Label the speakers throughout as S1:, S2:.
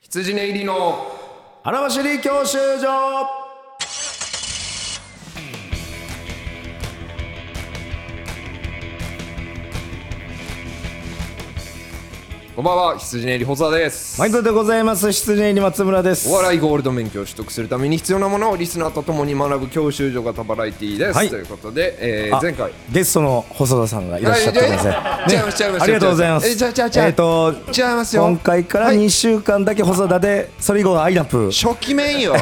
S1: 羊ネイリの
S2: 荒走り教習所
S1: こんばんは羊ネイリ細田です
S2: 毎度でございます出演に松村です
S1: お笑いゴールド免許を取得するために必要なものをリスナーと共に学ぶ教習所型バラエティーです、
S2: はい
S1: ということで、えー
S2: あ
S1: 前回
S2: ゲストの細田さんがいらっしゃってくださ
S1: はい
S2: い
S1: じゃあじゃあ
S2: ありがとうございます
S1: えじゃあじゃあじゃあ
S2: えっと
S1: じゃあいますよ
S2: 今回から
S1: はい
S2: 2週間だけ細田でそれ以後はアイナップ
S1: 初期面よ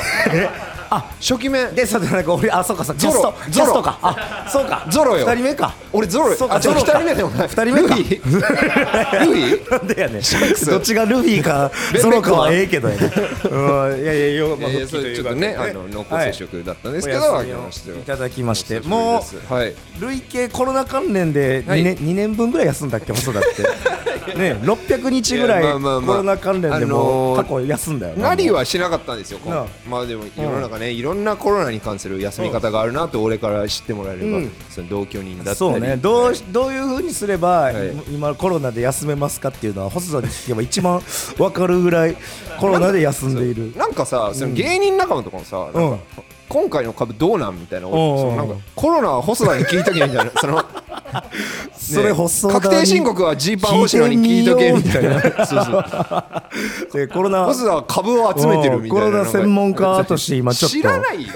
S1: あ初期面
S2: ゲストじゃなく俺あそうかそうか
S1: ゾロ
S2: ゲスト
S1: ゾロ
S2: ゲストかあそうか
S1: ゾロよ
S2: 2人目か
S1: 俺ゾロ
S2: そうか
S1: あちょ
S2: ゾロ
S1: 二
S2: か
S1: 人目でもない
S2: 二人目か
S1: ルフ ィルフィ
S2: なんでやねん
S1: ス
S2: どっちがルフィか
S1: ベ
S2: ゾロかはええけどやね うんいやいやよまあ
S1: えー
S2: 復帰
S1: そ
S2: と
S1: れ
S2: い
S1: ちょ
S2: う
S1: っ
S2: か
S1: とねあの濃厚接
S2: はい
S1: 触だったんです
S2: お
S1: けど、
S2: 休
S1: 明けまして
S2: みをいただきまして
S1: お久しぶりです
S2: もう
S1: はい
S2: 累計コロナ関連で
S1: はい
S2: 2年 ,2 年分ぐらい休んだっけ細田ってね600日ぐら
S1: いやまあまあ
S2: いコ
S1: まあ
S2: ロナ関連でも
S1: あのー
S2: 過去休んだよ
S1: なりはしなかったんですよ、こう
S2: なあ
S1: まあでも世の中ね、いろんなコロナに関する休み方があるなと俺から知ってもらえれば、
S2: うん
S1: その同居人だったり
S2: そうねどうしどういうふうにすれば、
S1: い
S2: 今コロナで休めますかっていうのは細田に聞けば一番分かるぐらいコロナで休んでいる
S1: なんかさその芸人仲間とかもさ、なんか
S2: うん
S1: 今回の株どうなんみたいな,、
S2: んうん
S1: そのなんかコロナは細田に聞いとけみたい なその、ね
S2: それ細田に
S1: 確定申告はジーパン星野に聞いとけみたいなそうそう
S2: でコロナ
S1: 細田は株を集めてるみたいな
S2: うんコロナ専門家として今ちょっと
S1: 知らないよ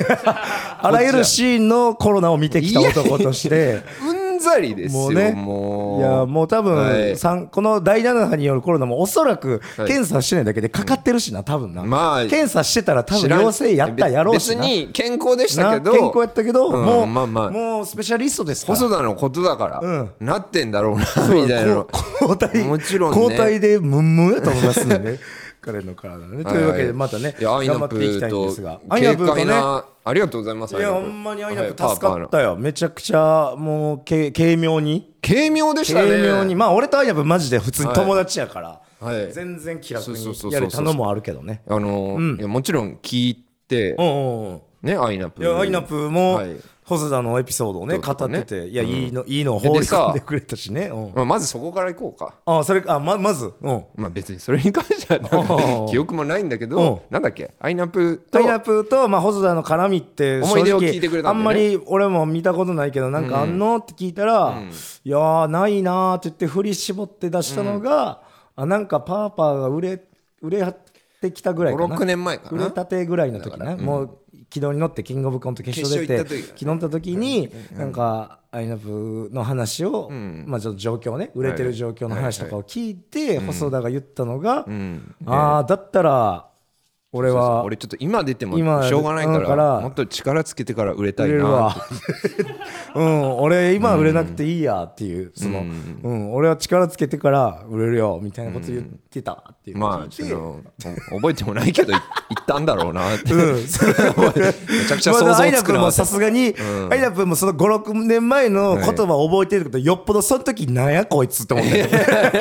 S2: あらゆるシーンのコロナを見てきた男として。
S1: うんざりですよ
S2: も
S1: もう,、
S2: うねいやもう多
S1: はい
S2: 分、さんこの第7波によるコロナもおそらく
S1: はい
S2: 検査してないだけでかかってるしな多分な、
S1: まあ
S2: 検査してたら多
S1: 知
S2: 分
S1: らん
S2: 陽性やったやろうしな
S1: 別に健康でした
S2: な
S1: けど
S2: 健康やったけど、
S1: うん
S2: もう、
S1: まあまあ
S2: もうスペシャリストですから
S1: 細田のことだから、
S2: う
S1: なってんだろうなみたいな
S2: こ抗体
S1: もちろんね
S2: 抗体でムンムンやと思いますんでね彼の体ね、というわけ
S1: は
S2: でまたね
S1: いやアイナ
S2: 頑張
S1: ッ
S2: っていき
S1: プ
S2: たいんですが
S1: と
S2: アイナップ
S1: 軽
S2: と
S1: 快
S2: ね
S1: なありがとうございます
S2: いや
S1: アイナ
S2: ほ
S1: ップ
S2: んまにアイナップ
S1: はい
S2: 助か
S1: パーパ
S2: っ
S1: ーの
S2: たよめちゃくちゃもうけ軽妙に
S1: 軽妙でしたね
S2: 軽妙にまあ俺とアイナップマジで普通に友達やから、
S1: はい
S2: 全然気楽
S1: そうそうそうそう
S2: にやれたのもあるけどね
S1: あのーいやもちろん聞いて
S2: うんうんうん
S1: ねアイナップ
S2: いやアイナップも
S1: はい
S2: 細田のエピソードをね
S1: ど
S2: 語
S1: うぞ
S2: っ
S1: ね
S2: てていやいいのいいのを放り込んでくれたしねうん
S1: まあまずそこから行こうか
S2: あそれあままずうん
S1: まあ別にそれに関してはなん
S2: お
S1: か
S2: う
S1: 記憶もないんだけ
S2: うん
S1: どなんだっけアイナップ
S2: タ
S1: と
S2: イナップと、まあ、細田の絡みって
S1: 思
S2: 正
S1: い出を聞いてくれ
S2: 直
S1: た
S2: あ
S1: んだよね
S2: んまり俺も見たことないけどなんかあんのって聞いたらいやーないなーって言って振り絞って出したのがあなんかパーパーが売れ売れてきたぐらいかな
S1: 56年前かな
S2: 売れたてぐらいの時ねもう昨日に乗ってキングオブコント決勝出て
S1: 決勝行った時
S2: 昨日乗った時になんかアイナップの話をまあちょっと状況ね売れてる状況の話とかを聞いて細田が言ったのが
S1: ん
S2: ああだったら俺
S1: そうそう
S2: は
S1: 俺ちょっと今出ても
S2: 今
S1: しょうがない
S2: だ
S1: か
S2: からら
S1: もっと力つけてから売れた
S2: 売
S1: い
S2: れる
S1: な
S2: わうん俺今売れなくていいやっていうその、うん俺は力つけてから売れるよみたいなこと言ってたっていう
S1: まあ
S2: そ
S1: そのお覚えてもないけ どい言ったんだろうなって、めちゃくちゃ
S2: ま
S1: 想
S2: だアイ
S1: 像
S2: ナ
S1: つく
S2: プー
S1: な
S2: も
S1: って
S2: さすがに、アイナプーもその56年前の言葉を覚えてるけど、よっぽどその時なんやこいつと思って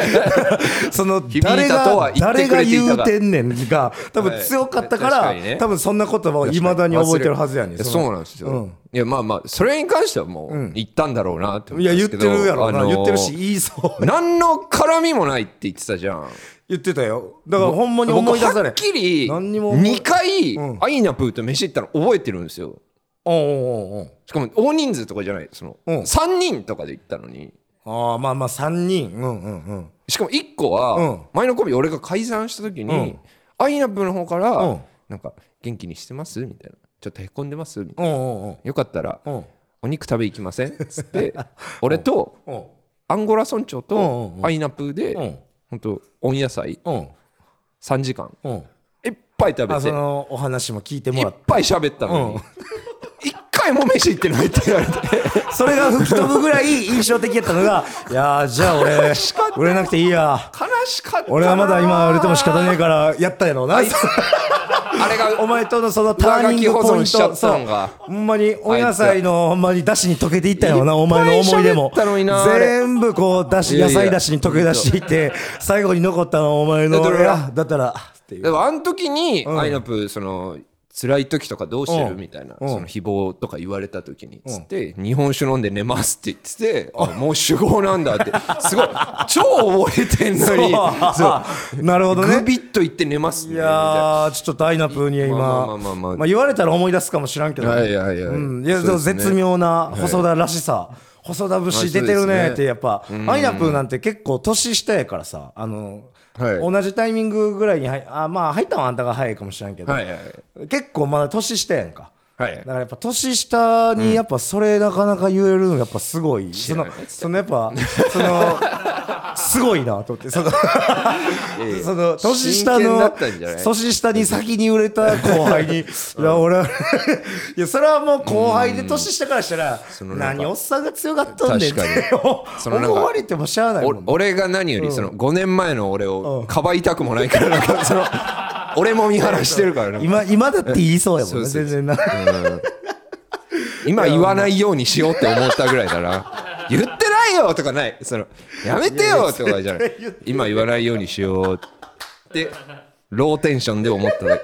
S2: その
S1: いたと
S2: 誰
S1: は言
S2: が
S1: って
S2: 誰
S1: く
S2: が
S1: れてい
S2: 言
S1: たが
S2: うてんねんが多分強かったから、
S1: はい確かにね
S2: 多分そんな言葉をいまだに覚えてるはずやねん
S1: いや
S2: の
S1: そうなんですよ、
S2: うん
S1: いやまあまあそれに関してはもう言ったんだろうなって思
S2: い
S1: った
S2: や
S1: んで
S2: 言
S1: す
S2: って
S1: け
S2: る
S1: ど
S2: やろな、
S1: あのー
S2: 言ってるし言いそう
S1: 何の絡みもないって言ってたじゃん
S2: 言ってたよだからほんまに思い出さ
S1: 僕は
S2: れ
S1: っきり
S2: 何にも思い
S1: 2回
S2: うん
S1: アイナプーと飯行ったの覚えてるんですよ
S2: おうおうおう
S1: しかも大人数とかじゃないその
S2: うん
S1: 3人とかで行ったのに
S2: おうああまあまあ3人うんうんうん
S1: しかも1個
S2: うん
S1: は前のコンビ俺が解散した時
S2: う
S1: に
S2: ん
S1: アイナプーの方か
S2: う
S1: ら
S2: ん
S1: なんか元気にしてますみたいなちょっとへこんでますみたいな
S2: おう
S1: よかったら
S2: おうおう
S1: お肉食べ行きませんつって 俺と
S2: おう
S1: アンゴラ村長
S2: うん
S1: と
S2: うんうん
S1: アイナプーで
S2: うん
S1: 本当温野菜
S2: おう
S1: 3時間
S2: おう
S1: いっぱい食べ
S2: あ
S1: て
S2: そのお話も聞いても
S1: い
S2: ら
S1: っ
S2: っ
S1: ぱい喋ったのに
S2: うん
S1: 一回も飯行ってないって言わ れて
S2: たそれが吹き飛ぶぐらい印象的やったのが いやーじゃあ俺売れなくていいや
S1: 悲しかったな
S2: 俺はまだ今売れても仕方ねえからやったやろうな
S1: あれが
S2: お前とのその
S1: 裏
S2: ター
S1: 書
S2: ニン
S1: き
S2: グ
S1: 保
S2: ポイ
S1: 存
S2: ン
S1: しちゃ
S2: ト
S1: った
S2: そう
S1: のが
S2: ほんまにお野菜のほんまにだしに溶けていったよなお前の思い出も
S1: いっぱい喋ったのになあれ
S2: 全部こうだし
S1: いや
S2: 野
S1: いや
S2: 菜だしに溶け出していって最後に残ったのはお前
S1: だ
S2: の
S1: から
S2: いやだったらっていう
S1: でもあの時にアイナプーその辛い時とかどうして
S2: う
S1: る
S2: ん
S1: みたいな、
S2: うん
S1: その誹謗とか言われた時に、つって、日本酒飲んで寝ますって言ってて、あ、もう酒豪なんだって、 すごい、超覚えてんのに、そう
S2: うなるほどね
S1: グビッと言って寝ますね、
S2: い
S1: みたいな。
S2: やーちょっとダイナプーには今、
S1: まあ
S2: ま
S1: ま
S2: あ
S1: あまあまあ
S2: 言われたら思い出すかもしらんけど、
S1: はいはいはい
S2: うん、いやでも
S1: そうですね
S2: 絶妙な細田らしさ、細田節出てるねってやっぱ、ダイナプーなんて結構年下やからさあの、
S1: はい
S2: 同じタイミングぐらいに入あまあ入ったのはあんたが早いかもしらんけど、
S1: はいはいはい
S2: 結構まだ年下やんか。
S1: はい
S2: だからやっぱ年下にやっぱそれなかなか言えるのがやっぱすごい、そのそのやっぱそのすごいなと思って そのその年下
S1: 真剣だ
S2: の
S1: ったんじゃない
S2: 年下に先に売れた後輩 にいや俺は いやそれはもう後輩で年下からしたら
S1: のなんか
S2: 何おっさんが強かったんでんって
S1: 確そのなんか
S2: 思われてもしゃあないもんね
S1: お俺が何よりその5年前の俺をかばいたくもないからなんかその俺も見晴らしてるからな
S2: 今今だって言いそうやもんね
S1: そうそうそう
S2: 全然な
S1: 今言わないようにしようって思ったぐらいだな言ってないよとかないそのやめてよとかじゃない今言わないようにしようってローテンションで思っただけ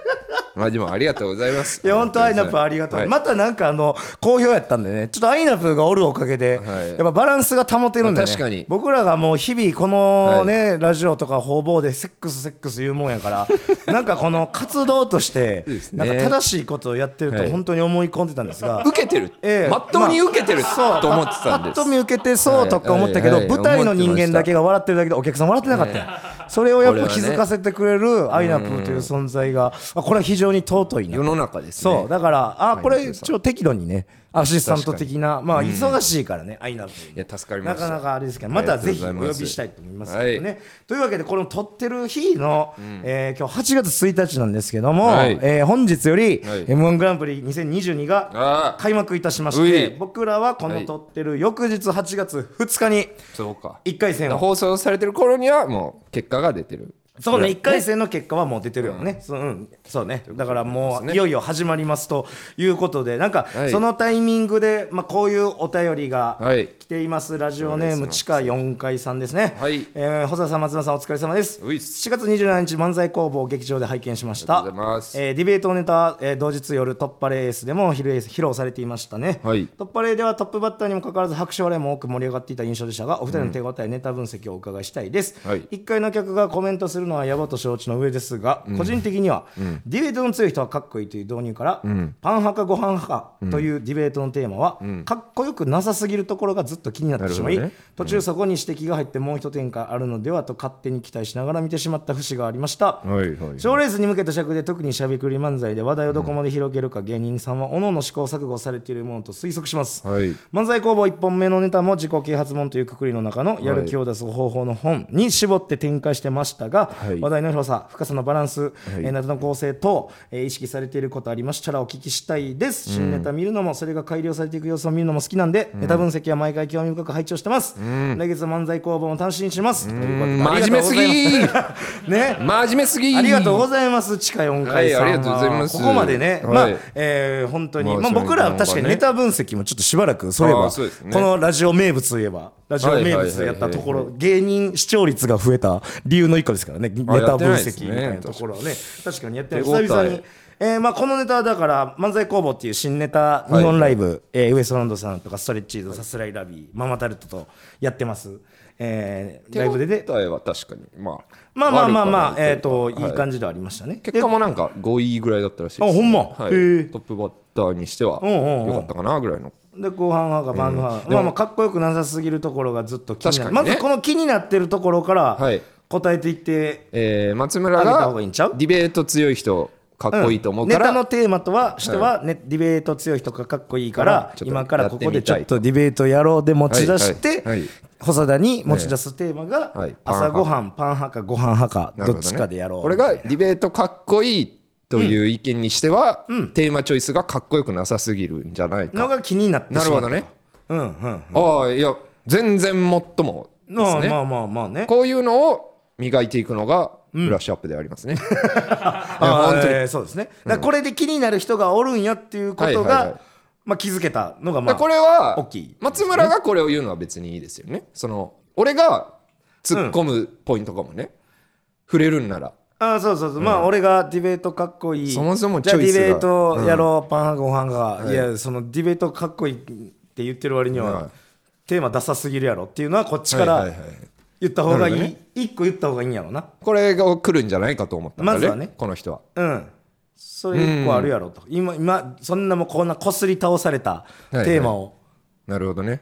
S1: まあでもありがとうございます
S2: いや本当アイナプーありがとう、
S1: はい
S2: またなんかあの好評やったんでねちょっとアイナプーがおるおかげで、
S1: はい
S2: やっぱバランスが保てるんで、ね、
S1: 確かに
S2: 僕らがもう日々このね、ラジオとか方々でセックスセックス言うもんやから なんかこの活動として、
S1: そうです
S2: な
S1: ね
S2: んか正しいことをやってる
S1: は
S2: と
S1: い
S2: 本当に思い込んでたんですが、
S1: 受けてる
S2: ええ
S1: まっとうに受けてる
S2: まあそう
S1: と思ってたん
S2: ぱ
S1: で
S2: っ
S1: す
S2: と見受けてそうとか思ったけど、
S1: はいはいはい
S2: 舞台の人間だけが笑ってるだけでお客さん笑ってなかったよ、それをやっぱ気づかせてくれるアイナプーという存在が、あこれは非常に尊いな
S1: 世の中ですね
S2: そう、だから、あ、こ
S1: はい
S2: れ、ちょ、適度にね、アシスタント的な、まあ、忙しいからね、アイナブ
S1: いや助かりま
S2: な
S1: した
S2: かなかあれですけど、またぜひお呼びしたいと思いますけどね。というわけで、この撮ってる日の、えー今日8月1日なんですけども、
S1: はい
S2: えー本日より、
S1: はい
S2: M1 グランプリ2022
S1: あ
S2: が
S1: ー
S2: 開幕いたしまし
S1: う
S2: て
S1: い、
S2: 僕らはこの撮ってる翌日8月2日に、
S1: そうか
S2: 1回戦を
S1: 放送されてる頃にはもう結果が出てる
S2: そうね、1回戦の結果はもう出てるよね、そううん、そうね、だからもういよいよ始まりますということで、なんか
S1: はい
S2: そのタイミングで、まあ、こういうお便りが
S1: はい
S2: 来ています、ラジオネーム、地下4階さんですね、
S1: はい
S2: えー細田さん、松田さん、お疲れ様です、
S1: ういっす
S2: 4月27日、漫才工房劇場で拝見しました、
S1: ありがとうございます
S2: えーディベートネタ、えー同日夜、突破レースでも披露披露されていましたね、
S1: はい
S2: 突破レーではトップバッターにもかかわらず、拍手笑いも多く盛り上がっていた印象でしたが、お二人の手応え、ネタ分析をお伺いしたいです。
S1: はい
S2: 一回の客がコメントするのは野暮と承知の上ですが、個人的には、ディベートの強い人はかっこいいという導入から、パン派かご飯派かというディベートのテーマは、かっこよくなさすぎるところがずっと気になってしまい、
S1: なるほどね
S2: 途中そこに指摘が入ってもう一展開あるのではと勝手に期待しながら見てしまった節がありました。
S1: はいはい
S2: 賞レースに向けた尺で特にしゃべくり漫才で話題をどこまで広げるか芸人さんは各々試行錯誤されているものと推測します、
S1: はい
S2: 漫才工房1本目のネタも自己啓発本というくくりの中のやる気を出す方法の本に絞って展開してましたが、
S1: はい
S2: 話題の広さ深さのバランス、
S1: い
S2: えーネタの構成等、えー意識されていることありましたらお聞きしたいです新ネタ見るのもそれが改良されていく様子を見るのも好きなんで、ネタ分析は毎回興味深く拝聴してます、来月は漫才工房も楽しみにしますということで
S1: 真面目すぎ
S2: ありがとうございます ね
S1: 真面目すぎ
S2: ありがとうございます、地下4階さんは
S1: はいありがとうございます
S2: ここまでね、
S1: はい
S2: まあ、えー本当に、
S1: まあ
S2: まあ、
S1: それ
S2: 僕らは確かにネタ分析もちょっとしばらく、そういえ
S1: あ
S2: ば、
S1: ーそうですね
S2: このラジオ名物といえば、ラジオ名物やったとこ
S1: はい
S2: ろ、芸人視聴率が増えた理由の一個ですからね、ネタ分析みたいなところをね、確かにやってない、
S1: 手応え
S2: 久々に。えーまあ、このネタはだから漫才工房っていう新ネタ
S1: い
S2: 日本ライブ、えーウエストランドさんとかストレッチーズ、さすらいラビーママタルトとやってます、えーライブでで
S1: 答えは確かにまあ
S2: まあまあまあまあ、
S1: 悪くはない
S2: えっ、と、い
S1: はい
S2: 感じではありましたね。
S1: 結果もなんか5位ぐらいだったらしい
S2: あほんま
S1: はい、
S2: へえ
S1: トップバッターにしては
S2: んうんうん
S1: 良かったかなぐらいの
S2: で、後半はが晩ご飯、まあまあ、かっこよくなさすぎるところがずっと気になる。
S1: 確か
S2: ま
S1: にね
S2: ず、この気になってるところから
S1: はい、
S2: 答えていって、
S1: えー、松村
S2: あげた
S1: が
S2: 方がいいんちゃう
S1: ディベート強い人かっこいいと思う
S2: ネ
S1: から、
S2: タのテーマとは、しては、ね、ディベート強い人がかっこいいか
S1: から
S2: ら、
S1: ちょっと
S2: 今からここでちょ
S1: や
S2: っ
S1: って
S2: とディベートやろうで持ち出し
S1: はい
S2: て
S1: はいはい、
S2: 細田に持ち出すテーマが
S1: はい、
S2: 朝ごはん、パン派かご飯派か、
S1: なる
S2: ど
S1: ほ
S2: っ
S1: どね
S2: ちかでやろう。
S1: これがディベートかっこいいという意見にしては、テーマチョイスがかっこよくなさすぎるんじゃないか
S2: のが気になってしま
S1: な
S2: う
S1: るほど。ね、
S2: うんうん。
S1: ああいや全然もっともです
S2: まあ
S1: ね
S2: まあまあまあね。
S1: こういうのを磨いていくのがブラッシュアップでありますね、
S2: あー
S1: 本当に
S2: えーそうですね、だからこれで気になる人がおるんやっていうこ
S1: は
S2: と
S1: いはいはい
S2: が、まあ、気づけたのが、ま
S1: だ
S2: あ、
S1: からこれは
S2: 大きいですね
S1: 松村がこれを言うのは別にいいですよねその俺が突っ込むポイントかもね、触れるんなら
S2: あそうそうそう、まあ俺がディベートかっこいい
S1: そもそも
S2: じゃあ
S1: チョ
S2: デ
S1: イ
S2: ィ
S1: スが
S2: ベートやろう、パン派ご飯が、い、やそのディベートかっこいいって言ってる割には、
S1: はい
S2: テーマダサすぎるやろっていうのはこっち
S1: は
S2: か
S1: い
S2: ら
S1: はいはい
S2: 言った方がいい、
S1: なるほど
S2: 一個言った方がいいんやろな
S1: これが来るんじゃないかと思ったんだ
S2: まずはね
S1: この人は
S2: うんそういう一個あるやろと、今今そんなもうこんなこすり倒された
S1: いはい
S2: テーマを
S1: なるほどね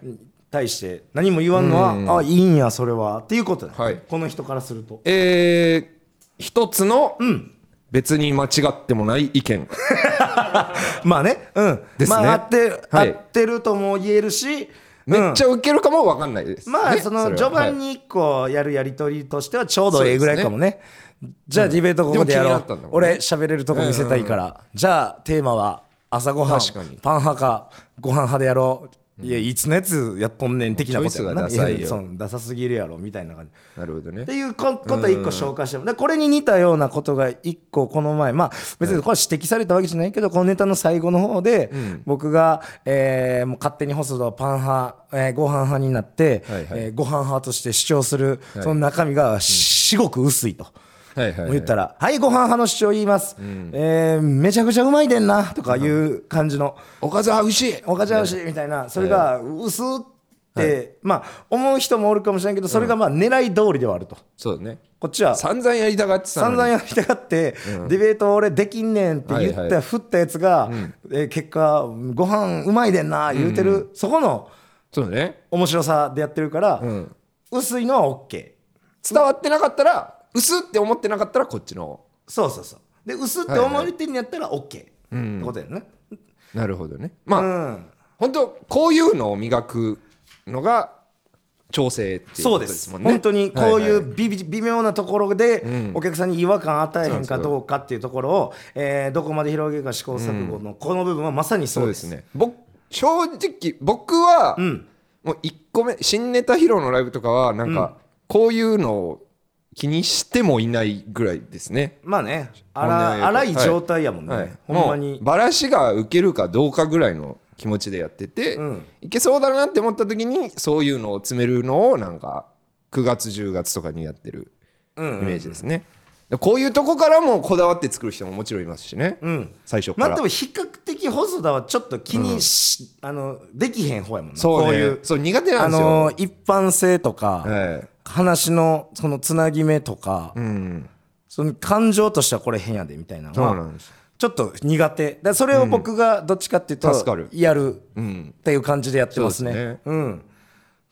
S2: 対して何も言わんのは、あいいんやそれはっていうことだ、
S1: はい
S2: この人からすると
S1: えー、一つの別に間違ってもない意見
S2: まあねうん
S1: ですね
S2: まあ合ってる、
S1: はい
S2: 合ってるとも言えるし
S1: めっちゃウケるかも分かんないです
S2: まあ
S1: ね
S2: そ
S1: れ
S2: の
S1: は
S2: 序盤
S1: はい
S2: に1個やるやり取りとしてはちょうどええぐらいかもねじゃあディベートここでや
S1: で
S2: ろ
S1: も
S2: う
S1: 気になったんだもんね
S2: 俺喋れるとこ見せたいから、じゃあテーマは朝ごはん
S1: 確かに
S2: パン派かご飯派でやろういやいつのやつやっとんねん的なことやな
S1: チョイスがダサいよ
S2: やそうダサすぎるやろみたいな感じ
S1: なるほどね
S2: っていうここと1個紹介してもでこれに似たようなことが1個この前まあ別にこれ指摘されたわけじゃないけどこのネタの最後の方で僕がえーもう勝手に細田はパン派えーご飯派になって
S1: はいはい
S2: えーご飯派として主張する
S1: い
S2: その中身がしごく薄いと。
S1: はいはい、はい、
S2: 言ったら「はいご飯派の主張言います、えーめちゃくちゃうまいでんな」とかいう感じの
S1: おかずは美味しい
S2: おかちゃうしみたいなそれが薄ってまあ思う人もおるかもしれんけどそれがまあ狙い通りではあると
S1: そうだね
S2: こっちは
S1: 散々やりたがってたの
S2: 散
S1: に
S2: 々やりたがって、ディベート俺できんねんって言った、
S1: はいはい
S2: 振ったやつが、えー結果ご飯うまいでんな言うてる、そこの
S1: そうね
S2: 面白さでやってるから、
S1: ん
S2: 薄いのは OK
S1: 伝わってなかったら薄って思ってなかったらこっちの
S2: そうそうそうで薄って思われてんやったら OK ってことやね、
S1: なるほどねまあ、
S2: うん
S1: 本当こういうのを磨くのが調整っていう
S2: そ
S1: こ
S2: う
S1: と
S2: で
S1: ですすもんね
S2: 本当にこうい
S1: は
S2: う
S1: は
S2: 微微妙なところでお客さんに違和感与えへんかどうかっていうところを、えーどこまで広げるか試行錯誤のこの部分はまさに
S1: そ
S2: そ
S1: うう
S2: で
S1: ですすね僕正直僕は、もう1個目新ネタ披露のライブとかはなんか、こういうのを気にしてもいないぐらいですね
S2: まあね、あ
S1: 本音を
S2: ら荒
S1: 言う
S2: い
S1: と
S2: 状態やもんね、
S1: はい、
S2: ほんま
S1: も
S2: に
S1: う。バラシが受けるかどうかぐらいの気持ちでやってて、
S2: ん
S1: いけそうだなって思った時にそういうのを詰めるのをなんか9月10月とかにやってるイメージですね、でこういうとこからもこだわって作る人ももちろんいますしね、
S2: ん
S1: 最初か
S2: ま
S1: ら、
S2: あでも比較的細田はちょっと気にし、あのできへん方やもんな
S1: そう,、ね、
S2: こういう
S1: そう苦手な
S2: あ
S1: んですよ、
S2: の一般性とか、
S1: はい
S2: 話のそのつなぎ目とか、
S1: うん、
S2: その感情としてはこれ変やでみたいなの
S1: そう
S2: は
S1: なんです
S2: ちょっと苦手だからそれを僕がどっちかっていうと、
S1: 助かる
S2: やる
S1: ん
S2: っていう感じでやってますね,、
S1: そううですね
S2: ん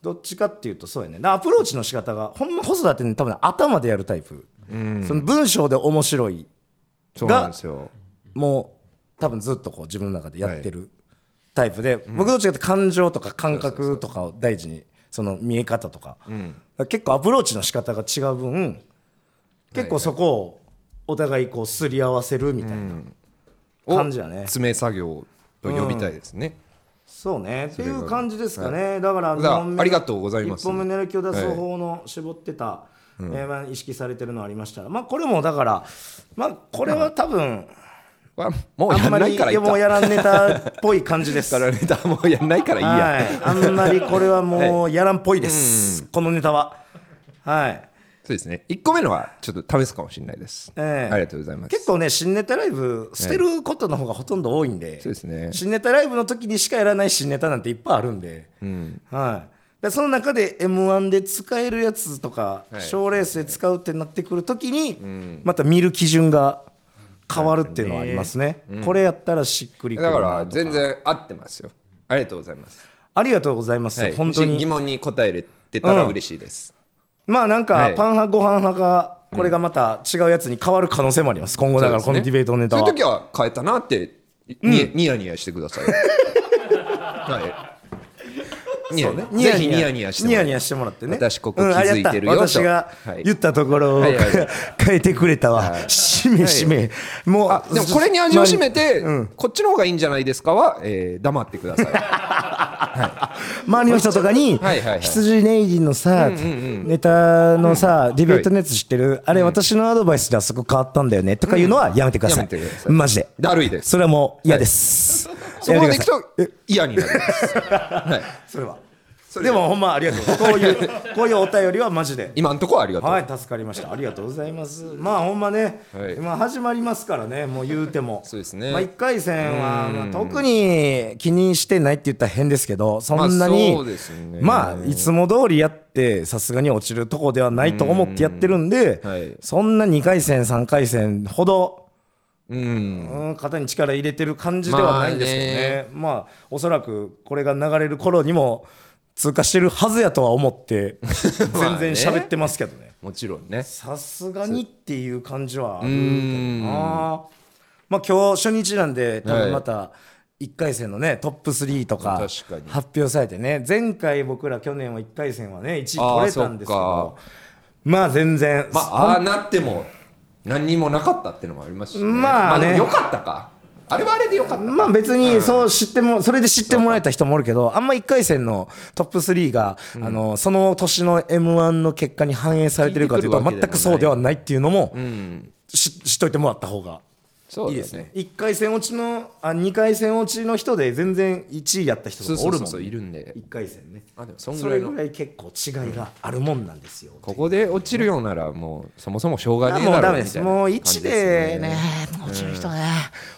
S2: どっちかっていうとそうやねだからアプローチの仕方がほんま細田ってね多分頭でやるタイプ、その文章で面白い
S1: そうなんですよ
S2: もう多分ずっとこう自分の中でやってるタイプで、僕どっちかって感情とか感覚とかを大事にその見え方とか,、結構アプローチの仕方が違う分結構そこをお互いこうすり合わせるみたいな、
S1: を
S2: 感じやね
S1: 詰め作業と呼びたいですね、
S2: そうねってい
S1: が
S2: う感じですかね、だから
S1: だから
S2: 二本目
S1: ありがとうございます
S2: 一本目の影響を出す方の絞ってた、えーまあ意識されてるのありましたらまあこれもだからまあこれは多分
S1: わもう
S2: あ
S1: や
S2: んま
S1: んな
S2: り
S1: いからいい
S2: もう
S1: か
S2: やらんネタっぽい感じです
S1: やられたもうやんないからいいや、
S2: はい、あんまりこれはもうやらんっぽいです、このネタは。はい
S1: そうですね。1個目のはちょっと試すかもしれないです。
S2: ええ
S1: ありがとうございます。
S2: 結構ね新ネタライブ捨てることの方がほとんど多いんで,、
S1: そうですね
S2: 新ネタライブの時にしかやらない新ネタなんていっぱいあるんで,、はい、でその中で m 1で使えるやつとか
S1: はい
S2: 賞、レースで使うってなってくる時に、また見る基準が変わるっていうのはありますね、これやったらしっくりくる
S1: だ
S2: な
S1: から全然合ってますよ。ありがとうございます。
S2: ありがとうございます、
S1: はい、
S2: 本当
S1: も
S2: に
S1: し疑問に答えれてたら
S2: うん
S1: 嬉しいです。
S2: まあなん
S1: は
S2: か
S1: い
S2: パン派ご飯派がこれがまた違うやつに変わる可能性もあります今後だからこ
S1: そう
S2: の
S1: ですね
S2: ディベートネタは
S1: そういう時は変えたなってに、ニヤニヤしてくだ さい。はい。ニヤニヤ
S2: ニヤ
S1: ぜひニ
S2: ニ
S1: ヤ
S2: ヤ
S1: ニヤしても
S2: ニ
S1: ら
S2: ヤ
S1: う
S2: ニヤしてもらってね
S1: 私ここ
S2: うんあ
S1: 気づいてるよ
S2: や
S1: と
S2: った私が
S1: はい
S2: 言ったところを
S1: はいはいはい
S2: 変えてくれたわしめしめも
S1: あ
S2: う
S1: でもこれに味を占めて、
S2: うん
S1: こっちの方がいいんじゃないですかは、えー黙ってください。
S2: 周りの人とかに
S1: はいはいはい
S2: 羊ネイリのさネタのさディベートのやつ知ってるあれ私のアドバイスであそこ変わったんだよねとかいうのはやめてくださ
S1: や
S2: い
S1: めてください
S2: マジで
S1: だるいです。
S2: それはもう嫌です
S1: そこまで行く
S2: やめてください
S1: と嫌になります。はい
S2: それは
S1: それ
S2: でもほんまありがとうこういう こういうお便りはマジで
S1: 今のところありがとう、
S2: はい助かりましたありがとうございますまあほんまね、
S1: はい
S2: まあ始まりますからねもう言うても
S1: そうですね
S2: まあ、1回戦は、まあ特に気にしてないって言ったら変ですけどそんなに、
S1: まあそうですね
S2: まあいつも通りやってさすがに落ちるとこではないと思ってやってるんで、
S1: うんはい
S2: そんな2回戦3回戦ほど、
S1: うん
S2: うん、肩に力入れてる感じではないんですけどね,、まあ、おそらくこれが流れる頃にも通過してるはずやとは思って 全然喋ってますけどね。
S1: もちろんね
S2: さすがにっていう感じはある
S1: う
S2: けど
S1: ん
S2: なまあ今日初日なんで多
S1: はい
S2: 分また1回戦のねトップ3とか
S1: 確かに
S2: 発表されてね前回僕ら去年は1回戦はね1位取れたんですけ
S1: あーそ
S2: どまあ全然
S1: まあああなっても何にもなかったってのもありますし、ね、
S2: まあね
S1: でもよかったかあれはあれでよかった
S2: まあ別にそう知ってもそれで知ってもらえた人もおるけどあんま1回戦のトップ3があのその年の m 1の結果に反映されてるかというと
S1: 聞いてくるわけでもない
S2: 全くそうではないっていうのも
S1: うん
S2: し知っといてもらった方が
S1: そうだ
S2: いいですね1回戦落ちのあ2回戦落ちの人で全然1位やった人
S1: そう
S2: とか
S1: そ
S2: お
S1: う
S2: る
S1: そう
S2: もん
S1: そういるんで
S2: 1回戦ね
S1: あでもそん
S2: そ
S1: ぐらい
S2: れ
S1: の
S2: ぐらい結構違いがあるもんなんですよ
S1: ここで落ちるようならもうそもそもしょうがねえだ
S2: も
S1: ろ
S2: うダメ
S1: み
S2: で
S1: た
S2: す
S1: いな
S2: もう
S1: 感じ
S2: 1
S1: で
S2: ですね
S1: ね
S2: 落ちる人ね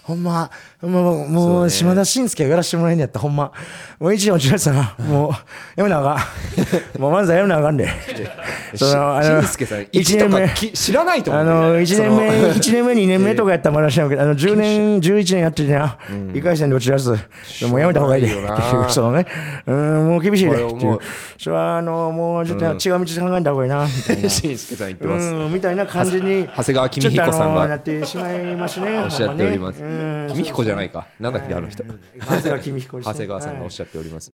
S2: ほんまもうも
S1: そう
S2: う
S1: ね
S2: 島田紳介がやらしてもらえんやったらほんまもう1位落ちるやつはなもうやめなあ かんもう漫才やめなあかんで
S1: し
S2: そのあの
S1: 紳助さん1と
S2: 一年
S1: か
S2: 目
S1: き知らないと思
S2: あ
S1: うね
S2: の1
S1: そ
S2: 年
S1: の
S2: 目、 一年目、2年目とかやったらまだしないけど、あの10年、11年やっててな、1回戦で落ちるやつ、もうやめた方がいいで、
S1: しょうがないよな
S2: っていうそのね、うん、もう厳しいで、って
S1: こ
S2: い
S1: れ思
S2: う
S1: う、
S2: それはあのもうちょっと違う道で考えた方がいいな、みた いな。
S1: 紳助さん言ってます、
S2: うん、みたいな感じに、
S1: 長谷川公彦さんが
S2: ちょっとあのなってしまいましたね。
S1: おっしゃっております
S2: ほんねうん
S1: 君彦じゃないかなんだっけあの人
S2: 長谷川公彦ですね
S1: 長谷川さんがおっしゃっております、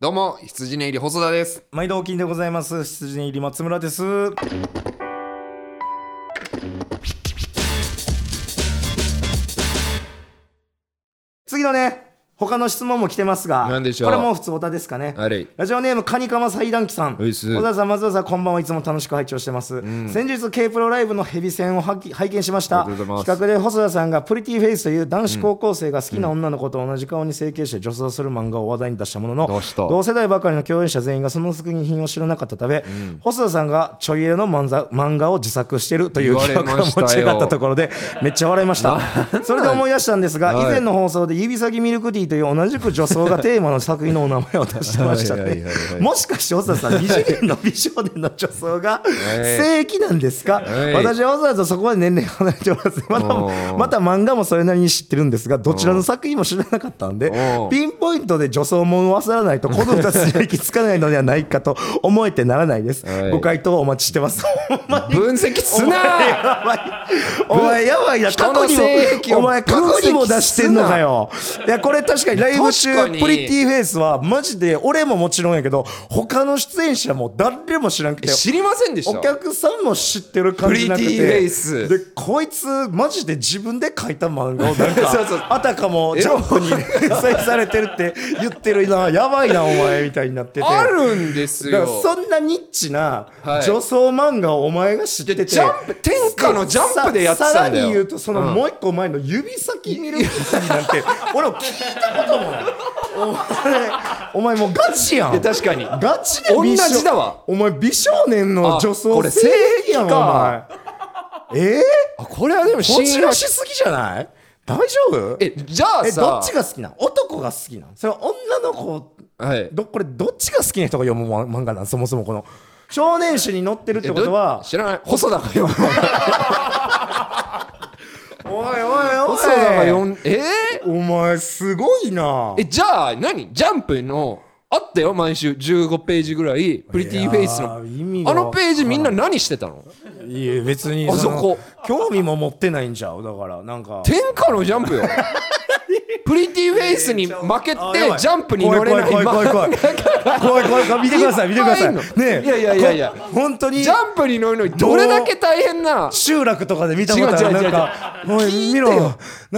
S1: どうも羊ねいり細田です
S2: 毎度お金でございます。羊入り松村です。次のね、他の質問も来てますが、
S1: 何でしょう
S2: これもう普通おたですかね。
S1: あれ
S2: ラジオネームカニカマ裁断機さん
S1: ういっす
S2: 小田さん松田さんこんばんはいつも楽しく拝聴してます、先日 K プロライブのヘビ戦をはき拝見しまし
S1: あり
S2: た
S1: がとうございます
S2: 企画で細田さんがプリティフェイスという男子高校生が好きな女の子と同じ顔に整形して女装する漫画を話題に出したものの、
S1: どうした
S2: 同世代ばかりの共演者全員がその作品を知らなかったため、細田さんがちょいエロの漫才漫画を自作しているという
S1: 言われ
S2: 企画が
S1: ましたよ
S2: 持ち上がったところでめっちゃ笑いましたそれで思い出したんですが、
S1: はい
S2: 以前の放送で指先ミルクティーという同じく女装がテーマの作品のお名前を出してました
S1: はいはい
S2: ね
S1: はいはい
S2: もしかして小田さん、二次元の美少年の女装が
S1: い
S2: 正規なんですか、
S1: はい
S2: 私はわざわざそこまで年齢離れてますま
S1: お
S2: た
S1: ー
S2: また漫画もそれなりに知ってるんですが、どちらの作品も知らなかったんで
S1: おー、
S2: ピンポイントで女装もんを忘らないと、この2つに行き着かないのではないかと思えてならないです。
S1: はい
S2: ご回答をお待ちしてます。ほんまに
S1: 分析す な
S2: やばいお 前やばいな過
S1: 人
S2: 去
S1: の
S2: にも
S1: 性癖を
S2: お前過去にも出してんのかよいやこれ確かにライブ中
S1: 確かに
S2: プリティフェイスはマジで俺ももちろんやけど他の出演者も誰も知らんくて
S1: 知りませんでした
S2: お客さんも知ってる感じなくて
S1: プリティフェイス
S2: でこいつマジで自分で書いた漫画をな ん
S1: そうそう
S2: かあたかもジャンプに 連載されてるって言ってるなやばいなお前みたいになってて
S1: あるんです
S2: だから
S1: よ
S2: そんなニッチな
S1: はい
S2: 女装漫画をお前が知ってて、
S1: でジャンプ天下のジャンプでやってたんだよ
S2: ささらに言うとその
S1: うん
S2: もう一個前の指先見るキーなんて俺も聞いたこともないお前お前もうガチやん
S1: いや確かに
S2: ガチで美少
S1: 同じだわ
S2: お前美少年の女装
S1: あこれ
S2: 性癖やん
S1: 性癖か
S2: お前えー、
S1: あこれはでも
S2: こ
S1: 信
S2: ち
S1: 用
S2: らしすぎじゃない大丈夫
S1: えじゃあ
S2: え
S1: さ
S2: どっちが好きなん男が好きなんそれは女の子
S1: はい
S2: どこれどっちが好きな人が読むま漫画なんそもそもこの少年誌に載ってるってことは
S1: えど知らない細田が読む
S2: おいおいおい
S1: 細田が読んえー
S2: お前すごいな
S1: えじゃあ何ジャンプのあったよ毎週15ページぐらいプリティフェイスの
S2: いやー意味が
S1: あのページみんな何してたの
S2: いえ別に
S1: あ
S2: の
S1: そこ
S2: 興味も持ってないんじゃうだからなんか
S1: 天下のジャン プよプリティフェイスに負けて
S2: あやば
S1: ジャンプに乗れない
S2: 怖い怖い怖い怖い怖い怖い怖い見てください見てください
S1: いっ
S2: ね
S1: ぱいいんの
S2: え
S1: いやいやいやいや
S2: こ本当 に
S1: ジャンプに乗るのにどれだけ大変な
S2: 集落とかで見たことあ
S1: 違う違
S2: る
S1: う
S2: な
S1: 違
S2: ん
S1: う
S2: か
S1: 違う
S2: お
S1: 聞いて
S2: い見
S1: よ
S2: ろなん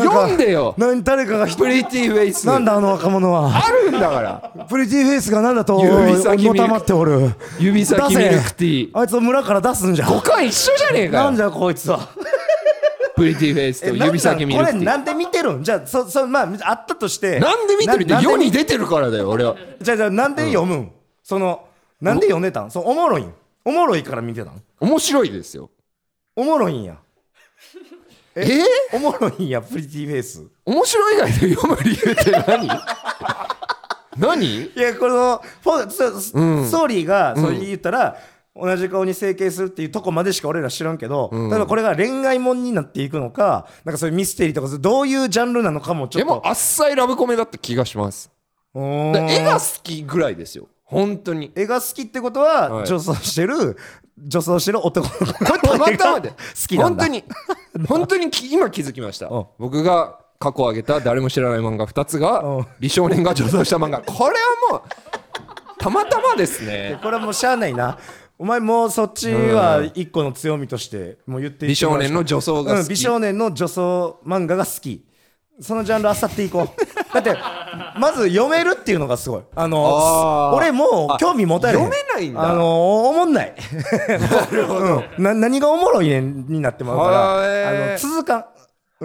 S2: か
S1: 読んでよ
S2: 何誰かが一
S1: プ
S2: 人
S1: リティフェイス
S2: なんだあの若者は
S1: あるんだ から
S2: プリティフェイスがなんだと
S1: 指先ミル
S2: の
S1: ク
S2: たまっておる
S1: 指先ミルクティー
S2: 出せあいつを村から出すんじゃ
S1: 他一緒じゃねえか
S2: なん
S1: よ
S2: じゃこいつは
S1: プリティフェイスと
S2: えなん
S1: 指先ミル
S2: こ
S1: ク
S2: れ
S1: ティー
S2: なんで見てるんじゃあそそまああったとして
S1: なんで見てるって
S2: な
S1: 世に
S2: なんで
S1: 出てるからだよ俺は
S2: じゃあじゃあなんで読むん、そのなんで読んでたんそのおもろいんおもろいから見てたん
S1: 面白いですよ
S2: おもろいんや
S1: えー、
S2: おもろいんやプリティフェイス
S1: 面白い以外で読む理由って 何何
S2: いやこのフォそそ
S1: うん
S2: ストーリーがそれ言ったら、同じ顔に整形するっていうとこまでしか俺ら知らんけど、
S1: ん
S2: 例えばこれが恋愛もんになっていくのかなんかそういうミステリーとかそういうどういうジャンルなのかもちょ
S1: で
S2: っと
S1: もあっさいラブコメだって気がします
S2: うーん
S1: だから絵が好きぐらいですよ本当に
S2: 絵が好きってことは、
S1: はい
S2: 女装してる女装してる男 の子
S1: これたまたまで
S2: 好きなんだ
S1: 本 当に本当にき今気づきました
S2: うん
S1: 僕が過去挙げた誰も知らない漫画2つが
S2: うん
S1: 美少年が女装した漫画これはもうたまたまですね
S2: これはもうしゃあないなお前もうそっちは一個の強みとしてもう言ってい
S1: 美
S2: っても
S1: 少
S2: らう
S1: 年
S2: しか
S1: の女装が
S2: う
S1: 好
S2: ん、
S1: き、
S2: 美少年の女装漫画が好きそのジャンルあさっていこ うだってまず読めるっていうのがすごいあの
S1: あー
S2: 俺もう興味持たれへん
S1: あ読めないんだ
S2: あのおもんない なるほど、うんな何がおもろいねんになってもらうから
S1: あー
S2: あ
S1: えー
S2: の続か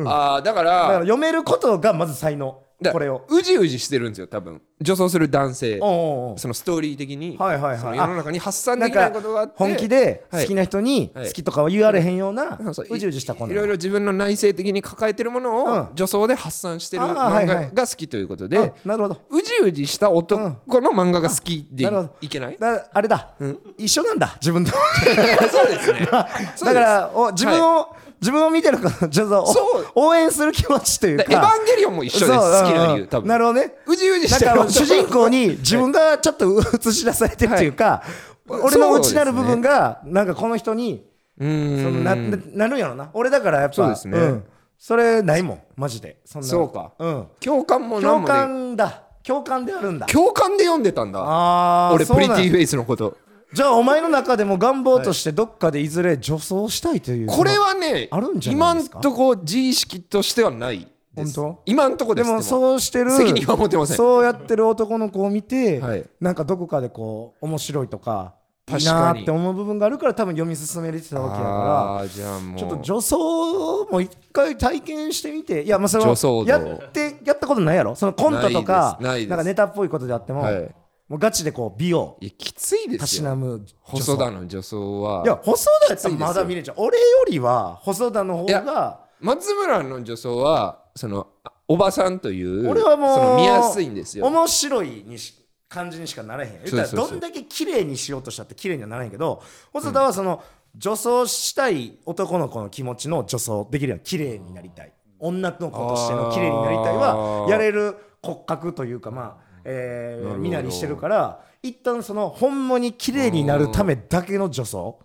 S2: ん
S1: ああだか
S2: だから
S1: ら
S2: 読めることがまず才能
S1: だ
S2: これを
S1: うじうじしてるんですよ多分女装する男性
S2: おうおうおう
S1: そのストーリー的に、
S2: はいはいはい
S1: その世の中に発散
S2: な
S1: で
S2: ん
S1: きない
S2: か
S1: ことがあって
S2: 本気で
S1: は
S2: 好
S1: い
S2: きな人に
S1: はい
S2: 好きとかは言われへんような
S1: うんそう
S2: うじうじした子
S1: い
S2: な
S1: ろいろ自分の内省的に抱えてるものを
S2: うん
S1: 女装で発散してる
S2: あーは
S1: 漫
S2: いはい
S1: 画が好きということで、
S2: あなるほど
S1: うじうじした男の漫画が好きで
S2: なるほど
S1: いけない
S2: だあれだ、一緒なんだ自分と
S1: そうです ね。
S2: だからお自分を、自分を見てるからちょっとお
S1: そう
S2: 応援する気持ちという
S1: だ
S2: か
S1: からエヴァンゲリオンも一緒です。好
S2: そううん
S1: きな理
S2: う
S1: 由、
S2: ん
S1: 多分。
S2: なるほどね
S1: うじうじ
S2: だ
S1: して
S2: か
S1: る
S2: ら
S1: 男
S2: 主人公に自分がちょっと映し出されてるというか、
S1: はい
S2: 俺の
S1: そうです
S2: 内
S1: ね
S2: なる部分がなんかこの人に
S1: うーん
S2: そのなななるんやろな俺だからやっぱ
S1: そうですね
S2: んそれないもんマジでそんな
S1: そうか
S2: うん
S1: 共感も何
S2: 共
S1: もね。
S2: 感だ共感であるんだ
S1: 共感で読んでたんだ。
S2: ああ
S1: 俺、プリティ
S2: ィ
S1: フェイスのこと。
S2: じゃあお前の中でも願望としてどっかでいずれ女装したいという
S1: これはね
S2: あるん、じゃな
S1: 今
S2: いで
S1: ん
S2: すか
S1: とこ自意識としてはないです
S2: 本当。
S1: 今んとこで。
S2: ですもそうしてる
S1: 責任は持てません
S2: そうやってる男の子を見て、
S1: はい
S2: なんかどこかでこう面白いとかい
S1: 確
S2: い
S1: かに
S2: なーって思う部分があるから多分読み進めれてたわけや
S1: あ
S2: か
S1: あ、じゃあも
S2: ら
S1: う。
S2: ちょっと女装も一回体験してみていやまあそれは
S1: 女装道
S2: やってやったことないやろそのコントとか
S1: ないですないです
S2: んかネタっぽいことであっても、
S1: はい
S2: もうガチでこう美を
S1: いや、きついで
S2: た
S1: す
S2: し
S1: よ。
S2: なむ女装
S1: 細田の女装はい
S2: や、細田やったらまだ見れちゃう俺よりは細田の方
S1: い
S2: が
S1: 松村の女装は、その、あおばさんという、
S2: 俺はもう
S1: その見やすいんですよ。
S2: 面白いにし感じにしかならへん言ったら
S1: そうそうそう
S2: どんだけ綺麗にしようとしたって綺麗にはならへんけど細田はその、女装したい男の子の気持ちの女装できるやん綺麗になりたい女の子としての綺麗になりたい
S1: あ
S2: は
S1: ー
S2: やれる骨格というかまあえ
S1: なる
S2: ー
S1: ほど
S2: 身なりしてるから一旦そのほんまに綺麗になるためだけの女装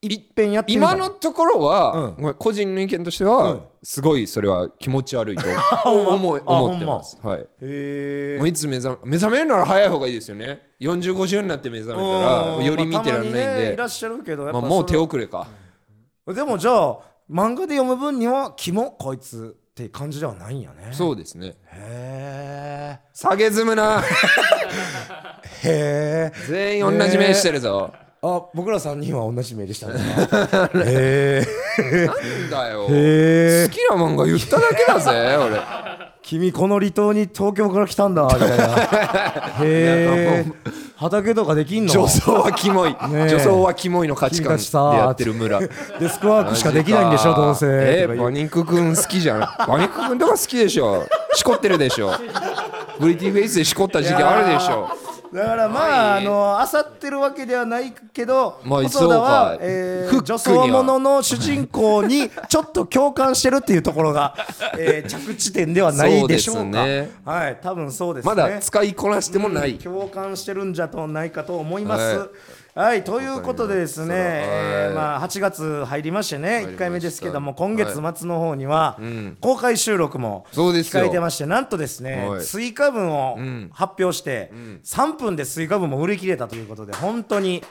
S2: いっぺんやってみた
S1: 今のところ
S2: う
S1: は
S2: ん、
S1: ごめん個人の意見として
S2: うん
S1: は、すごいそれは気持ち悪い と思い
S2: あほんま
S1: 思ってます。はい。
S2: へ
S1: もういつ目覚め目覚めるなら早い方がいいですよね。40、50になって目覚めた
S2: うん
S1: ら、より見てられないん
S2: まあたまにねい
S1: で
S2: ら、っしゃるけどやっ
S1: ま
S2: ぱ
S1: あもう
S2: そ
S1: 手
S2: れ
S1: 遅れか。
S2: でもじゃあ漫画で読む分には「キモこいつ」って感じではないんやね
S1: そうですね。
S2: へ
S1: 下げずむ な。
S2: えへえ
S1: 全員同じ目してるぞ。
S2: あ僕ら3人は同じ目でしたねへえ
S1: なんだよ。
S2: へえ
S1: 好きな漫画言っただけだ ぜ、俺。
S2: 君この離島に東京から来たんだみたいなへえ畑とかできんの
S1: 女装はキモい。
S2: え
S1: 女装はキモいの価値観でやってる村。
S2: デスクワークしかできないんでしょどうせ
S1: え
S2: とか
S1: ー、
S2: 言
S1: バ
S2: う
S1: ニックくん好きじゃん。バニックくんとか好きでしょ。しこってるでしょ。ブリティフェイスでしこった時期あるでしょ。
S2: だからまあ、
S1: は
S2: あ
S1: い
S2: の、あさってるわけではないけど、
S1: まあ
S2: 細田
S1: そ
S2: は
S1: うか、
S2: え
S1: フッ
S2: ー、
S1: クに
S2: 女
S1: は
S2: 装ものの主人公にちょっと共感してるっていうとこ ろが、えー、着地点ではないでしょうか。
S1: そうですね
S2: はい、多分そうです
S1: ま
S2: ね。
S1: だ使いこなしてもない。
S2: 共感してるんじゃとないかと思います。
S1: は
S2: はいということでですね、
S1: そうだはい
S2: えーまあ、8月入りましてね、1回目ですけども、今月末の方には
S1: ん、
S2: 公開収録も
S1: そうですよ
S2: 控えてまして、なんとですね
S1: は、い
S2: 追加分を発表して、3分で追加分も売り切れたということで、本当に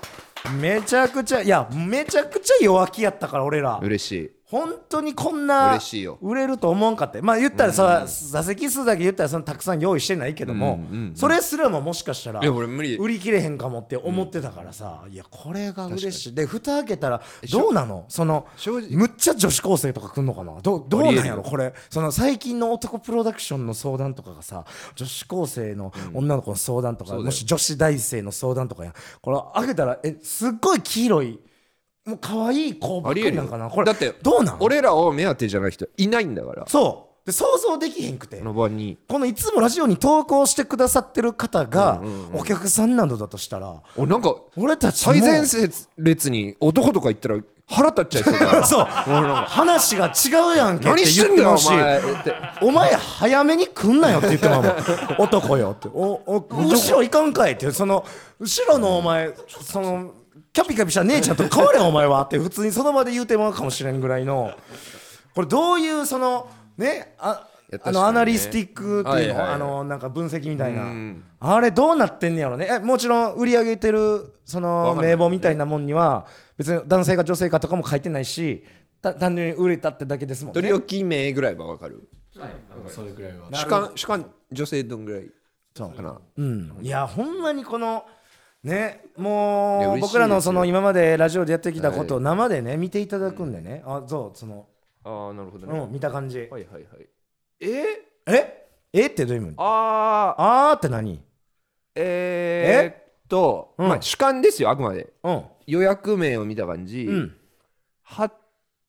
S2: めちゃくちゃ、いや、めちゃくちゃ弱気やったから、俺ら。
S1: 嬉しい。
S2: 本当にこんな
S1: 嬉しいよ
S2: 売れると思わんかったまあ言ったらさ、座席数だけ言ったらそのたくさん用意してないけども、それすらももしかしたら
S1: いや俺無理
S2: 売り切れへんかもって思ってたからさ、いやこれが嬉しいで蓋開けたらどうなのその
S1: 正直
S2: むっちゃ女子高生とか来んのかなどうどうなん
S1: ありえ
S2: や
S1: るよ
S2: ろこれその最近の男プロダクションの相談とかがさ女子高生の女の子の相談とか、
S1: そうだよ
S2: もし女子大生の相談とかやこれ開けたらえすっごい黄色いもう可愛い子ば
S1: あ
S2: っか
S1: りえる
S2: りな
S1: よ
S2: んかなこれ
S1: だって
S2: どうなん
S1: 俺らを目当てじゃない人いないんだから
S2: そうで想像できへんくて
S1: この場に
S2: このいつもラジオに投稿してくださってる方がお客さんなどだとしたら
S1: 俺なんか
S2: 俺たちも
S1: 最前列に男とか行ったら腹立っちゃいそう だな
S2: そう話が違うやんけっ
S1: 何
S2: て
S1: し
S2: 言
S1: て
S2: っ
S1: ん
S2: て
S1: だよ
S2: ほ
S1: お
S2: しい
S1: 前って
S2: お前早めに来んなよって言ってまうもん 男よっておお後ろ行かんかいってその後ろのお前そのキャピキャピした姉ちゃんと変われお前はって普通にその場で言うてまうかもしれんぐらいのこれどういうそのねあ
S1: いや
S2: あ
S1: 確かに
S2: の
S1: ね
S2: アナリスティックっていうの、
S1: はいはいはい
S2: あのなんか分析みたいな、あれどうなってんねやろねえもちろん売り上げてるその
S1: わかんない
S2: 名簿みたいなもんには別に男性か女性かとかも書いてないした単純に売れたってだけですもん
S1: 取
S2: ね
S1: り置き名ぐらいはわかる
S3: それくらいは
S1: 主観主観女性どんぐらいかな
S2: うん、いやほんまにこのね
S1: いや
S2: も
S1: 嬉しい
S2: う
S1: です
S2: 僕
S1: よ
S2: らのその今までラジオでやってきたことを生でね見ていただくんでね、あそうその、
S1: ああなるほど
S2: うん、見た感じ、
S1: はいはいはいえ
S2: ええってどういう意味
S1: ああ
S2: あーって何
S1: えー、っと、
S2: うん
S1: まあ主観ですよあくまで
S2: うん
S1: 予約名を見た感じ、
S2: うん
S1: 8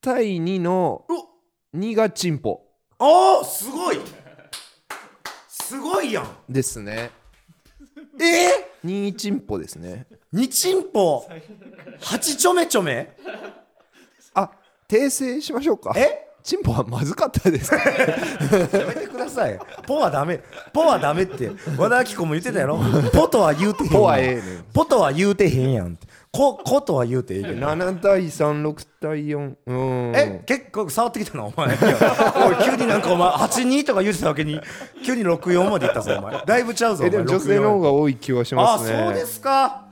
S1: 対2の
S2: うお
S1: 2がチンポ
S2: あーすごいすごいやん
S1: ですね
S2: え
S1: 2チンポですね
S2: ー、2チンポ8ちょめちょめ
S1: あ訂正しましょうか
S2: え
S1: チンポはまずかったですか
S2: やめてくださいポはダメポはダメって和田アキ子も言ってたや ろポとは言うてへんやん
S1: ポはええねん
S2: ポとは言うてへんやんってココとは言うてええけど
S1: 7対36対4うーん
S2: え結構触ってきたなお前 おい急になんかお前82とか言ってたわけに急に64までいったぞお前だいぶちゃうぞ
S1: えでも女性の方
S2: が
S1: が多い気はし
S2: あ
S1: ますね
S2: そうですか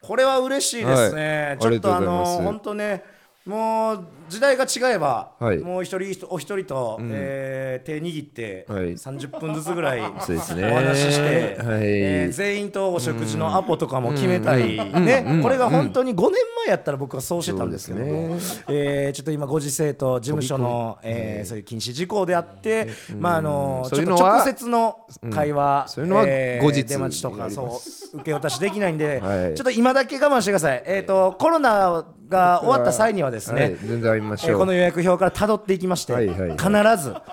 S2: これは嬉しいです
S1: は
S2: ね、
S1: い
S2: ちょっとあ
S1: ありがとうご
S2: の
S1: ざいます
S2: 本当ねもう時代が違えば、
S1: はい
S2: もう一人お一人と、えー手握って
S1: はい
S2: 30分ずつぐらい
S1: そうですね
S2: お話しして、
S1: はい
S2: えー全員とお食事のアポとかも決めたり、ね、これが本当に5年前やったら僕はそうしてたんですけど
S1: そう
S2: も、えーちょっと今ご時世と事務所の、えーそういう禁止事項であって、まああの
S1: そういう
S2: ちょ
S1: の
S2: っと
S1: は
S2: 直接の会話、
S1: そういうのは後日
S2: 出待ちとか
S1: になりま
S2: そう受け渡しできないんで、
S1: はい
S2: ちょっと今だけ我慢してください、えー、とコロナが終わった際にはですね、
S1: はい、全然ありまし
S2: えー
S1: ょう、
S2: この予約表から辿っていきまして、
S1: はいはいはい
S2: 必ず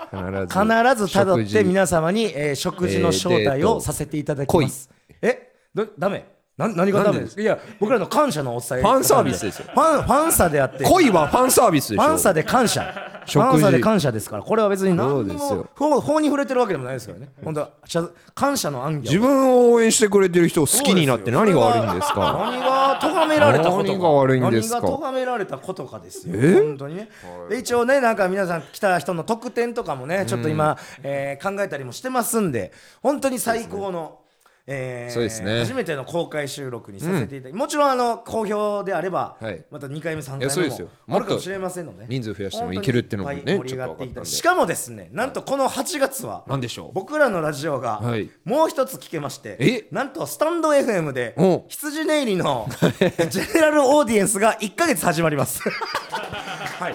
S1: 必
S2: 必ず辿って皆様に、えー食事の招
S1: えーデ
S2: 待
S1: ート
S2: をさせていただきます。えどダメな何がダメですかいや僕らの感謝のお伝え
S1: ファンサービスですよ
S2: ファンファンサであって
S1: 恋はファンサービスでしょ
S2: ファンサで感謝。フ
S1: 食事
S2: ァンサで感謝ですから、これは別に
S1: そ
S2: 何
S1: う
S2: に
S1: です
S2: も
S1: よ
S2: 法法に触れてるわけでもないですからね。本当は謝感謝の暗
S1: 自
S2: 記。
S1: 分を応援してくれてる人を好きになって何が悪いんですか
S2: 何が咎められたことか
S1: 何が悪いんですか
S2: 何が咎められたことかですよ
S1: え
S2: 本当にねで一応ねなんか皆さん来た人の特典とかもねちょっと今、えー考えたりもしてますんで本当に最高の、えー
S1: そうですね
S2: 初めての公開収録にさせていただき、もちろんあの好評であれば、
S1: はい
S2: また2回目3回
S1: いやそう
S2: 目
S1: ですよも
S2: もあ
S1: っと
S2: るかもしれませんのでね
S1: 人数増やしてもいけるってのもね
S2: 本当にいっぱい盛り上がっていただいてしかもですねなんとこの8月は
S1: 何でしょう
S2: 僕らのラジオが
S1: はい
S2: もう一つ聞けまして、
S1: え
S2: なんとスタンド FM で
S1: お
S2: 羊ネイリの ジェネラルオーディエンスが1ヶ月始まり ますはい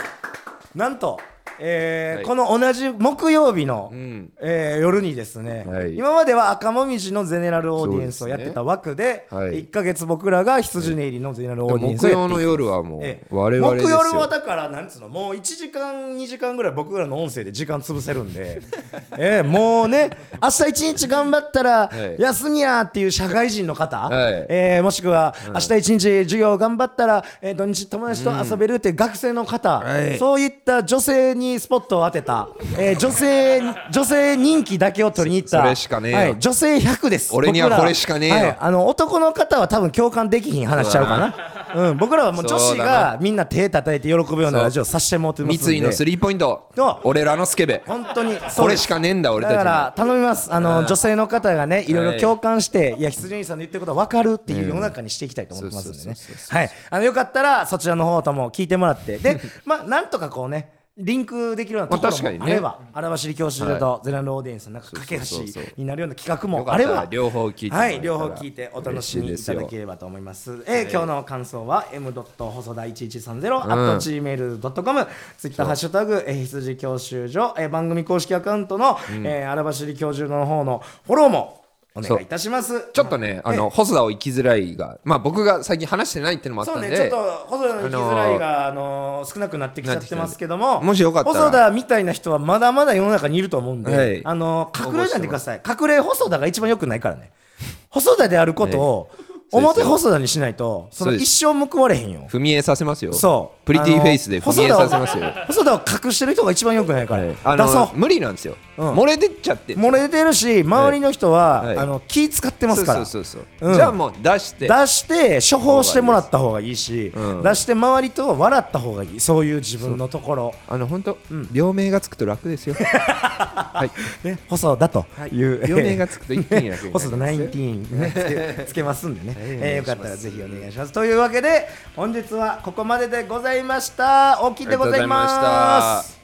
S2: なんとえー
S1: はい
S2: この同じ木曜日の、
S1: ん
S2: えー夜にですね、
S1: はい
S2: 今までは赤もみじのゼネラルオーディエンスをやってた枠で
S1: そうですねはい
S2: 1ヶ月僕らが羊ネイリのゼネラルオーディエンス
S1: 木
S2: をやって
S1: 曜の夜はも
S2: ええ
S1: う我々ですよ
S2: 木曜はだからなんつうのもう1時間2時間ぐらい僕らの音声で時間潰せるんで、 ええもうね明日1日頑張ったら
S1: はい
S2: 休みやっていう社会人の方、
S1: はい
S2: ええもしくは明日1日授業頑張ったら、ええ土日友達と遊べるっていう学生の方、
S1: はい
S2: そういった女性にスポットを当てた、ええ女性女性人気だけを取りに行った
S1: それしかねえよ
S2: はい、女性100です
S1: 俺には
S2: 僕ら
S1: これしかねえよ
S2: はいあの男の方は多分共感できひん話しちゃうかな。うん、僕らはもう女
S1: そ
S2: 子
S1: うだ
S2: がみんな手叩いて喜ぶようなラジオさせてもらってますんで。
S1: 三井のスリーポイント
S2: そう
S1: 俺らのスケベ
S2: 本当に
S1: これしかねえんだ俺たち
S2: だ
S1: に
S2: から頼みますあの女性の方がねいろい
S1: は
S2: ろ
S1: い
S2: 共感していや羊兄さんの言ってることは分かるっていう世の中にしていきたいと思ってますんでね
S1: そうそうそうそう
S2: はいあのよかったらそちらの方とも聞いてもらってでまあなんとかこうねリンクできるようなとこ
S1: まあ確か
S2: ろ
S1: に
S2: も
S1: ね
S2: あれば、あらばしり教習所とゼラノオーディエンスのなんか架け
S1: そうそうそうそう
S2: 橋になるような企
S1: よ
S2: 画も
S1: かっ
S2: あ
S1: た
S2: れ
S1: ら
S2: ば
S1: 両方聞いてもら
S2: は
S1: えたら
S2: い両方聞いてお楽しみいただければと思いますえー今日の感想は m. 細田1130 gmail.com ツイッターハッシュタグえー羊教習所えー番組公式アカウントのえーあらばしり教習所の方のフォローもお願いいたします
S1: ちょっとね、あの、細田を生きづらいが、まあ僕が最近話してないっていうのもあった
S2: そうん
S1: で、
S2: ね、ちょっと細田の生きづらいが、あのー少なくなってきちゃってますけども、
S1: もしよかったら
S2: 細田みたいな人はまだまだ世の中にいると思うんで、
S1: はい
S2: あのー隠れないでください、隠れ細田が一番よくないからね、細田であることを表細田にしないと、その
S1: そうで
S2: 一
S1: す
S2: 生報われへんよ、
S1: 踏み絵させますよ。
S2: そう、
S1: プリティフェイスで
S2: あのー
S1: 踏み絵させますよ。
S2: 細田を細田を隠してる人が一番よくないから、
S1: はい
S2: 出
S1: の
S2: そう。
S1: 無理なんですよ。
S2: うん
S1: 漏れ出ちゃって。
S2: 漏れてるし周りの人は、
S1: はい
S2: あの気使ってますから
S1: そうそうそうそう、
S2: うん
S1: じゃあもう出して。
S2: 出して処方してもらった方がいいし、
S1: うん
S2: 出して周りと笑った方がいいそういう自分のところ、
S1: あの本当、病名がつくと楽 ですよ。はい。
S2: ね、細田という、
S1: 病名がつくと一気に楽になります
S2: 細田ナインティーン、ね、つけつけますんでね、
S1: はい
S2: えーよかったらぜひお願いしますというわけで本日はここまででございました大きいでござい
S1: ありがとうござい
S2: ま
S1: まし
S2: す
S1: た